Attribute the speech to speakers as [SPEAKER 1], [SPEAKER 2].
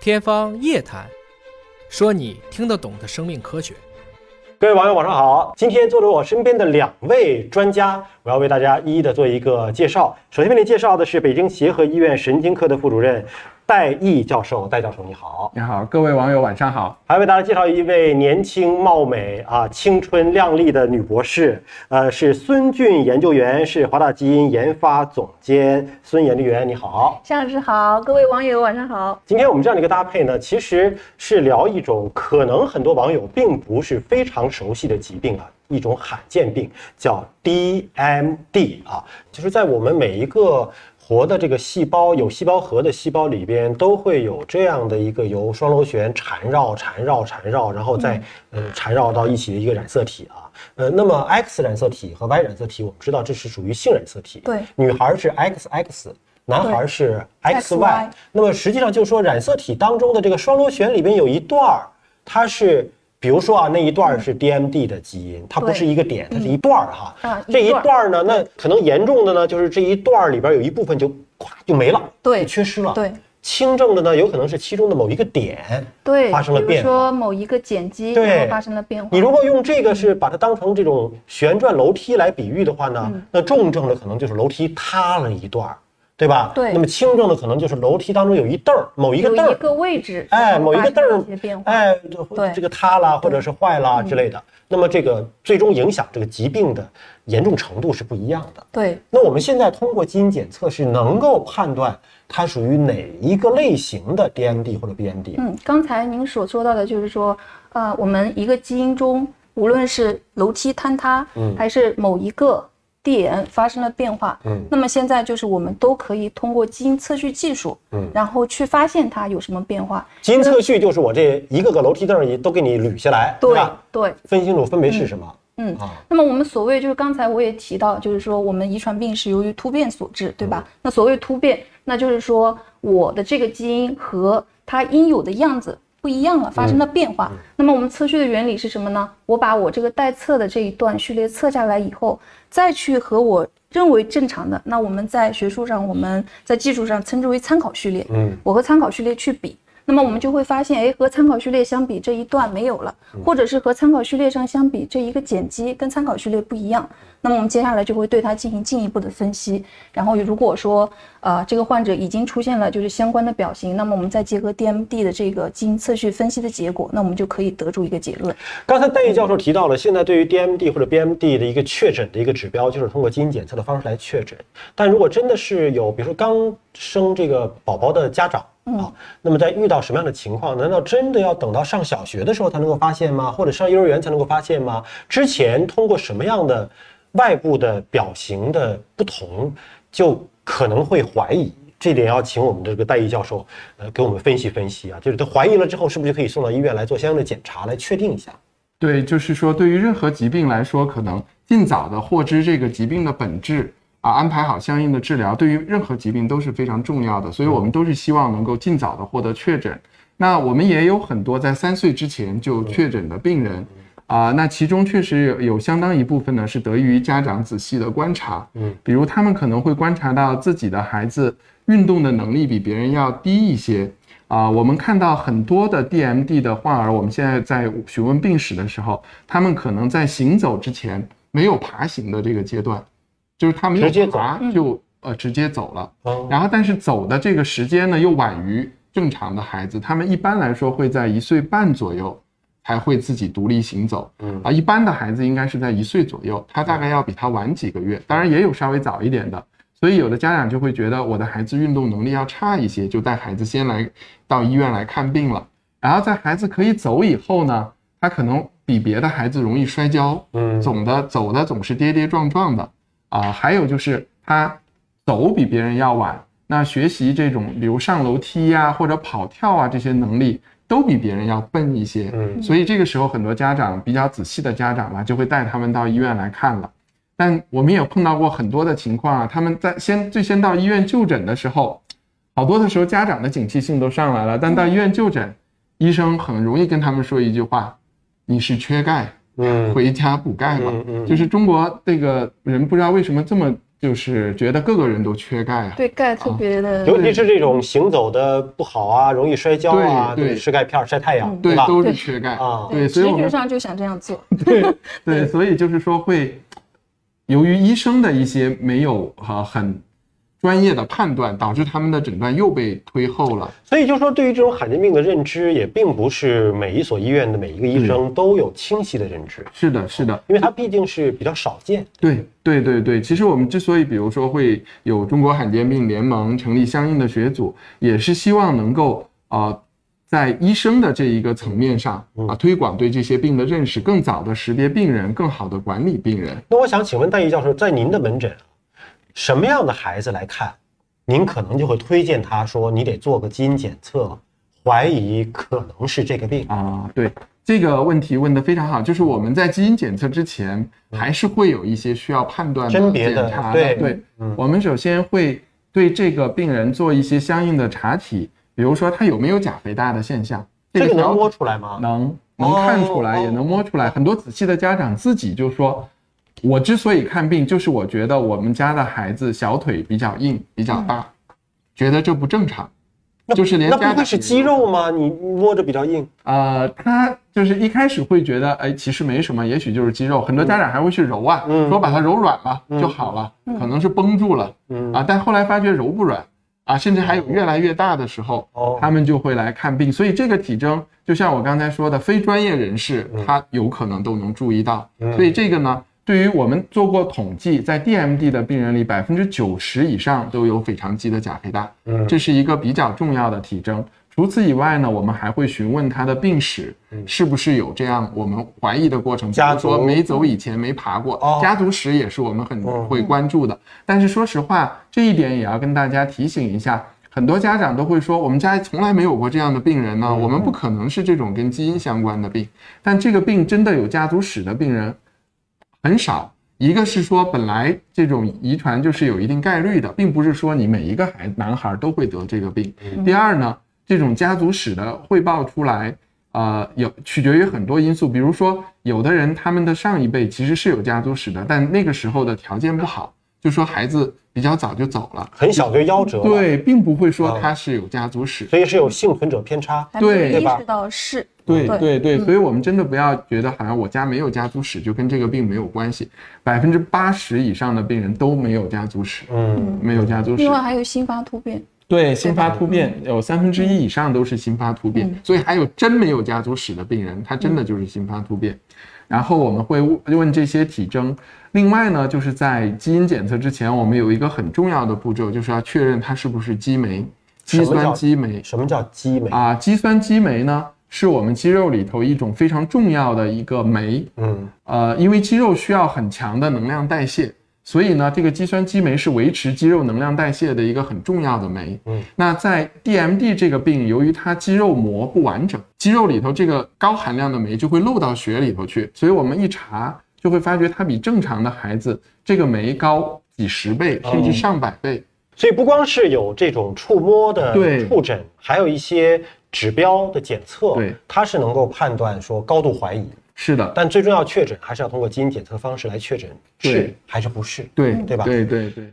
[SPEAKER 1] 天方夜谭，说你听得懂的生命科学。
[SPEAKER 2] 各位网友，晚上好！今天坐在我身边的两位专家，我要为大家一一的做一个介绍。首先为您介绍的是北京协和医院神经科的副主任戴毅教授，戴教授你好。
[SPEAKER 3] 你好，各位网友晚上好。
[SPEAKER 2] 还为大家介绍一位年轻貌美啊、青春靓丽的女博士，呃，是孙俊研究员，是华大基因研发总监孙研究员，你好。
[SPEAKER 4] 向老师好，各位网友晚上好。
[SPEAKER 2] 今天我们这样的一个搭配呢，其实是聊一种可能很多网友并不是非常熟悉的疾病啊，一种罕见病叫 DMD 啊，就是在我们每一个活的这个细胞有细胞核的细胞里边，都会有这样的一个由双螺旋缠绕、缠绕、缠绕，然后再呃
[SPEAKER 4] 嗯
[SPEAKER 2] 缠绕到一起的一个染色体啊。呃，那么 X 染色体和 Y 染色体，我们知道这是属于性染色体，
[SPEAKER 4] 对
[SPEAKER 2] 女孩是 XX，男孩
[SPEAKER 4] 对
[SPEAKER 2] 是 XY
[SPEAKER 4] XY。
[SPEAKER 2] 那么实际上就是说，染色体当中的这个双螺旋里边有一段儿，它是，比如说啊，那一段儿是 DMD 的基因，它不
[SPEAKER 4] 对嗯
[SPEAKER 2] 是一个点，它是一段儿哈。
[SPEAKER 4] 啊一
[SPEAKER 2] 这一
[SPEAKER 4] 段儿
[SPEAKER 2] 段儿呢，那可能严重的呢，就是这一段儿里边有一部分就咵就没了，
[SPEAKER 4] 对
[SPEAKER 2] 就缺失了。
[SPEAKER 4] 对。
[SPEAKER 2] 轻症的呢，有可能是其中的某一个点，
[SPEAKER 4] 对，
[SPEAKER 2] 发生了
[SPEAKER 4] 比如
[SPEAKER 2] 变化
[SPEAKER 4] 说某一个碱基，
[SPEAKER 2] 对
[SPEAKER 4] 然后发生了变化。
[SPEAKER 2] 你如果用这个是把它当成这种旋转楼梯来比喻的话呢，
[SPEAKER 4] 嗯
[SPEAKER 2] 那重症的可能就是楼梯塌了一段儿，对吧？
[SPEAKER 4] 对
[SPEAKER 2] 那么轻症的可能就是楼梯当中有一凳儿，某一个
[SPEAKER 4] 有
[SPEAKER 2] 凳
[SPEAKER 4] 一
[SPEAKER 2] 儿，
[SPEAKER 4] 个位置，
[SPEAKER 2] 哎，
[SPEAKER 4] 然后
[SPEAKER 2] 某一
[SPEAKER 4] 发
[SPEAKER 2] 个
[SPEAKER 4] 生
[SPEAKER 2] 凳
[SPEAKER 4] 了
[SPEAKER 2] 儿
[SPEAKER 4] 一些变，化。
[SPEAKER 2] 哎，
[SPEAKER 4] 对
[SPEAKER 2] 这个塌啦，或者是坏啦之类的。那么这个最终影响这个疾病的严重程度是不一样的。
[SPEAKER 4] 对，
[SPEAKER 2] 那我们现在通过基因检测是能够判断它属于哪一个类型的 DMD 或者 BMD。
[SPEAKER 4] 嗯，刚才您所说到的就是说，呃，我们一个基因中，无论是楼梯坍塌，
[SPEAKER 2] 嗯
[SPEAKER 4] 还是某一个点发生了变化，
[SPEAKER 2] 嗯
[SPEAKER 4] 那么现在就是我们都可以通过基因测序技术，
[SPEAKER 2] 嗯
[SPEAKER 4] 然后去发现它有什么变化。
[SPEAKER 2] 基因测序就是我这一个个楼梯凳儿都给你捋下来，
[SPEAKER 4] 对
[SPEAKER 2] 吧？
[SPEAKER 4] 对，
[SPEAKER 2] 分清楚分别是什么。
[SPEAKER 4] 嗯
[SPEAKER 2] 啊，
[SPEAKER 4] 那么我们所谓就是刚才我也提到，就是说我们遗传病是由于突变所致，对吧？那所谓突变，那就是说我的这个基因和它应有的样子不一样了，发生了变化。那么我们测序的原理是什么呢？我把我这个待测的这一段序列测下来以后，再去和我认为正常的，那我们在学术上，我们在技术上称之为参考序列。
[SPEAKER 2] 嗯，
[SPEAKER 4] 我和参考序列去比，那么我们就会发现，哎，和参考序列相比这一段没有了，
[SPEAKER 3] 嗯
[SPEAKER 4] 或者是和参考序列上相比这一个碱基跟参考序列不一样。那么我们接下来就会对它进行进一步的分析，然后如果说呃这个患者已经出现了就是相关的表型，那么我们再结合 DMD 的这个基因测序分析的结果，那我们就可以得出一个结论。
[SPEAKER 2] 刚才戴毅教授提到了，现在对于 DMD 或者 BMD 的一个确诊的一个指标，就是通过基因检测的方式来确诊。但如果真的是有，比如说刚生这个宝宝的家长。啊，那么在遇到什么样的情况，难道真的要等到上小学的时候才能够发现吗？或者上幼儿园才能够发现吗？之前通过什么样的外部的表型的不同，就可能会怀疑？这点要请我们这个戴毅教授，呃，给我们分析分析啊，就是他怀疑了之后，是不是就可以送到医院来做相应的检查，来确定一下？
[SPEAKER 3] 对，就是说，对于任何疾病来说，可能尽早的获知这个疾病的本质啊，安排好相应的治疗，对于任何疾病都是非常重要的。所以，我们都是希望能够尽早的获得确诊。那我们也有很多在三岁之前就确诊的病人。啊、那其中确实有有相当一部分呢是得益于家长仔细的观察，
[SPEAKER 2] 嗯，
[SPEAKER 3] 比如他们可能会观察到自己的孩子运动的能力比别人要低一些，啊、我们看到很多的 DMD 的患儿，我们现在在询问病史的时候，他们可能在行走之前没有爬行的这个阶段，就是他没有
[SPEAKER 2] 直接走
[SPEAKER 3] 爬就呃直接走了，
[SPEAKER 2] 哦，
[SPEAKER 3] 然后但是走的这个时间呢又晚于正常的孩子，他们一般来说会在一岁半左右才会自己独立行走，
[SPEAKER 2] 嗯
[SPEAKER 3] 啊，一般的孩子应该是在一岁左右，他大概要比他晚几个月，当然也有稍微早一点的。所以有的家长就会觉得我的孩子运动能力要差一些，就带孩子先来到医院来看病了。然后在孩子可以走以后呢，他可能比别的孩子容易摔跤，
[SPEAKER 2] 嗯
[SPEAKER 3] 总的走的总是跌跌撞撞的啊、还有就是他走比别人要晚，那学习这种比如上楼梯呀、或者跑跳啊这些能力都比别人要笨一些。
[SPEAKER 2] 嗯
[SPEAKER 3] 所以这个时候很多家长比较仔细的家长吧，就会带他们到医院来看了。但我们也碰到过很多的情况啊，他们在先最先到医院就诊的时候，好多的时候家长的警惕性都上来了，但到医院就诊，医生很容易跟他们说一句话：“你是缺钙，
[SPEAKER 2] 嗯
[SPEAKER 3] 回家补钙吧。
[SPEAKER 2] 嗯嗯
[SPEAKER 3] 就是中国这个人不知道为什么这么就是觉得各个人都缺钙啊。
[SPEAKER 4] 对钙特别
[SPEAKER 3] 哦
[SPEAKER 4] 的
[SPEAKER 2] 尤其是这种行走的不好啊，容易摔跤啊，
[SPEAKER 3] 对对嗯
[SPEAKER 2] 得吃钙片儿、晒太阳，
[SPEAKER 3] 对，
[SPEAKER 2] 吧？
[SPEAKER 3] 都是
[SPEAKER 4] 对
[SPEAKER 3] 缺钙。
[SPEAKER 2] 啊，
[SPEAKER 3] 对所以
[SPEAKER 4] 直
[SPEAKER 3] 我们
[SPEAKER 4] 觉上就想这 样做。
[SPEAKER 3] 对对，所以就是说会，由于医生的一些没有呃、很专业的判断，导致他们的诊断又被推后了。
[SPEAKER 2] 所以就说对于这种罕见病的认知，也并不是每一所医院的每一个医生都有清晰的认知，
[SPEAKER 3] 是的，是的，
[SPEAKER 2] 因为它毕竟是比较少见。
[SPEAKER 3] 对对对对，其实我们之所以，比如说会有中国罕见病联盟成立相应的学组，也是希望能够呃，在医生的这一个层面上
[SPEAKER 2] 嗯
[SPEAKER 3] 啊、推广对这些病的认识，更早的识别病人，更好的管理病人。
[SPEAKER 2] 那我想请问戴毅教授，在您的门诊，啊什么样的孩子来看，您可能就会推荐他说你得做个基因检测，怀疑可能是这个病。
[SPEAKER 3] 啊，对这个问题问得非常好，就是我们在基因检测之前，还是会有一些需要判
[SPEAKER 2] 嗯
[SPEAKER 3] 断
[SPEAKER 2] 甄
[SPEAKER 3] 的
[SPEAKER 2] 别
[SPEAKER 3] 检
[SPEAKER 2] 的
[SPEAKER 3] 查
[SPEAKER 2] 对
[SPEAKER 3] 对
[SPEAKER 2] 嗯，
[SPEAKER 3] 我们首先会对这个病人做一些相应的查体，比如说他有没有假肥大的现象，
[SPEAKER 2] 这个
[SPEAKER 3] 小
[SPEAKER 2] 能
[SPEAKER 3] 体
[SPEAKER 2] 摸出来吗？
[SPEAKER 3] 能能看出来，
[SPEAKER 2] 哦
[SPEAKER 3] 也能摸出来。很多仔细的家长自己就说，我之所以看病，就是我觉得我们家的孩子小腿比较硬，比较大，
[SPEAKER 2] 嗯
[SPEAKER 3] 觉得这不正常。
[SPEAKER 2] 那
[SPEAKER 3] 就是连
[SPEAKER 2] 那
[SPEAKER 3] 家
[SPEAKER 2] 不会
[SPEAKER 3] 长
[SPEAKER 2] 是
[SPEAKER 3] 也
[SPEAKER 2] 肌
[SPEAKER 3] 有
[SPEAKER 2] 肉吗？你摸着比较硬，
[SPEAKER 3] 呃，他就是一开始会觉得，哎，其实没什么，也许就是肌肉。很多家长还会去揉啊，
[SPEAKER 2] 嗯
[SPEAKER 3] 说把它揉软了就好了，可能是绷住了
[SPEAKER 2] 嗯
[SPEAKER 3] 啊。但后来发觉揉不软啊，甚至还有越来越大的时候
[SPEAKER 2] 哦，
[SPEAKER 3] 他们就会来看病。所以这个体征，就像我刚才说的，非专业人士
[SPEAKER 2] 嗯
[SPEAKER 3] 他有可能都能注意到。所以这个呢，对于我们做过统计，在 DMD 的病人里，百分之九十以上都有腓肠肌的钾肥大。
[SPEAKER 2] 嗯
[SPEAKER 3] 这是一个比较重要的体征。除此以外呢，我们还会询问他的病史，是不是有这样我们怀疑的过程，比
[SPEAKER 2] 嗯家
[SPEAKER 3] 如
[SPEAKER 2] 族
[SPEAKER 3] 说没走以前没爬过
[SPEAKER 2] 哦，
[SPEAKER 3] 家族史也是我们很
[SPEAKER 2] 嗯
[SPEAKER 3] 会关注的。但是说实话，这一点也要跟大家提醒一下。很多家长都会说，我们家从来没有过这样的病人呢，我们不可能是这种跟基因相关的病。但这个病真的有家族史的病人很少。一个是说，本来这种遗传就是有一定概率的，并不是说你每一个孩男孩都会得这个病。第二呢，这种家族史的汇报出来，呃，有取决于很多因素，比如说有的人他们的上一辈其实是有家族史的，但那个时候的条件不好，就说孩子比较早就走了，
[SPEAKER 2] 很小就夭折了，，
[SPEAKER 3] 对，并不会说
[SPEAKER 2] 嗯
[SPEAKER 3] 他是有家族史。
[SPEAKER 2] 所以是有幸存者偏差。
[SPEAKER 4] 还没有
[SPEAKER 3] 对
[SPEAKER 2] 对
[SPEAKER 4] 意
[SPEAKER 2] 吧
[SPEAKER 4] 识到是，
[SPEAKER 3] 对
[SPEAKER 4] 对
[SPEAKER 3] 对对，所以我们真的不要觉得好像我家没有家族史就跟这个病没有关系，百分之八十以上的病人都没有家族史，
[SPEAKER 2] 嗯，
[SPEAKER 3] 没有家族史
[SPEAKER 4] 另。外还有新发突变，
[SPEAKER 3] 对，新发突变有三分之一以上都是新发突变，所以还有真没有家族史的病人，他真的就是新发突变。然后我们会问这些体征。另外呢，就是在基因检测之前，我们有一个很重要的步骤，就是要确认它是不是激酶，
[SPEAKER 2] 什么叫
[SPEAKER 3] 肌酸激酶。
[SPEAKER 2] 什么叫激酶？
[SPEAKER 3] 啊，肌酸激酶呢是我们肌肉里头一种非常重要的一个酶，
[SPEAKER 2] 嗯，
[SPEAKER 3] 呃，因为肌肉需要很强的能量代谢，所以呢，这个肌酸激酶是维持肌肉能量代谢的一个很重要的酶。
[SPEAKER 2] 嗯，
[SPEAKER 3] 那在 DMD 这个病，由于它肌肉膜不完整，肌肉里头这个高含量的酶就会漏到血里头去，所以我们一查就会发觉它比正常的孩子这个酶高几十倍
[SPEAKER 2] 哦
[SPEAKER 3] 甚至上百倍。
[SPEAKER 2] 所以不光是有这种触摸的
[SPEAKER 3] 对
[SPEAKER 2] 触诊，还有一些指标的检测，
[SPEAKER 3] 对，
[SPEAKER 2] 它是能够判断说高度怀疑，
[SPEAKER 3] 是的，
[SPEAKER 2] 但最重要确诊还是要通过基因检测方式来确诊
[SPEAKER 3] 对
[SPEAKER 2] 是还是不是。
[SPEAKER 3] 对，
[SPEAKER 2] 对吧
[SPEAKER 3] 对对对。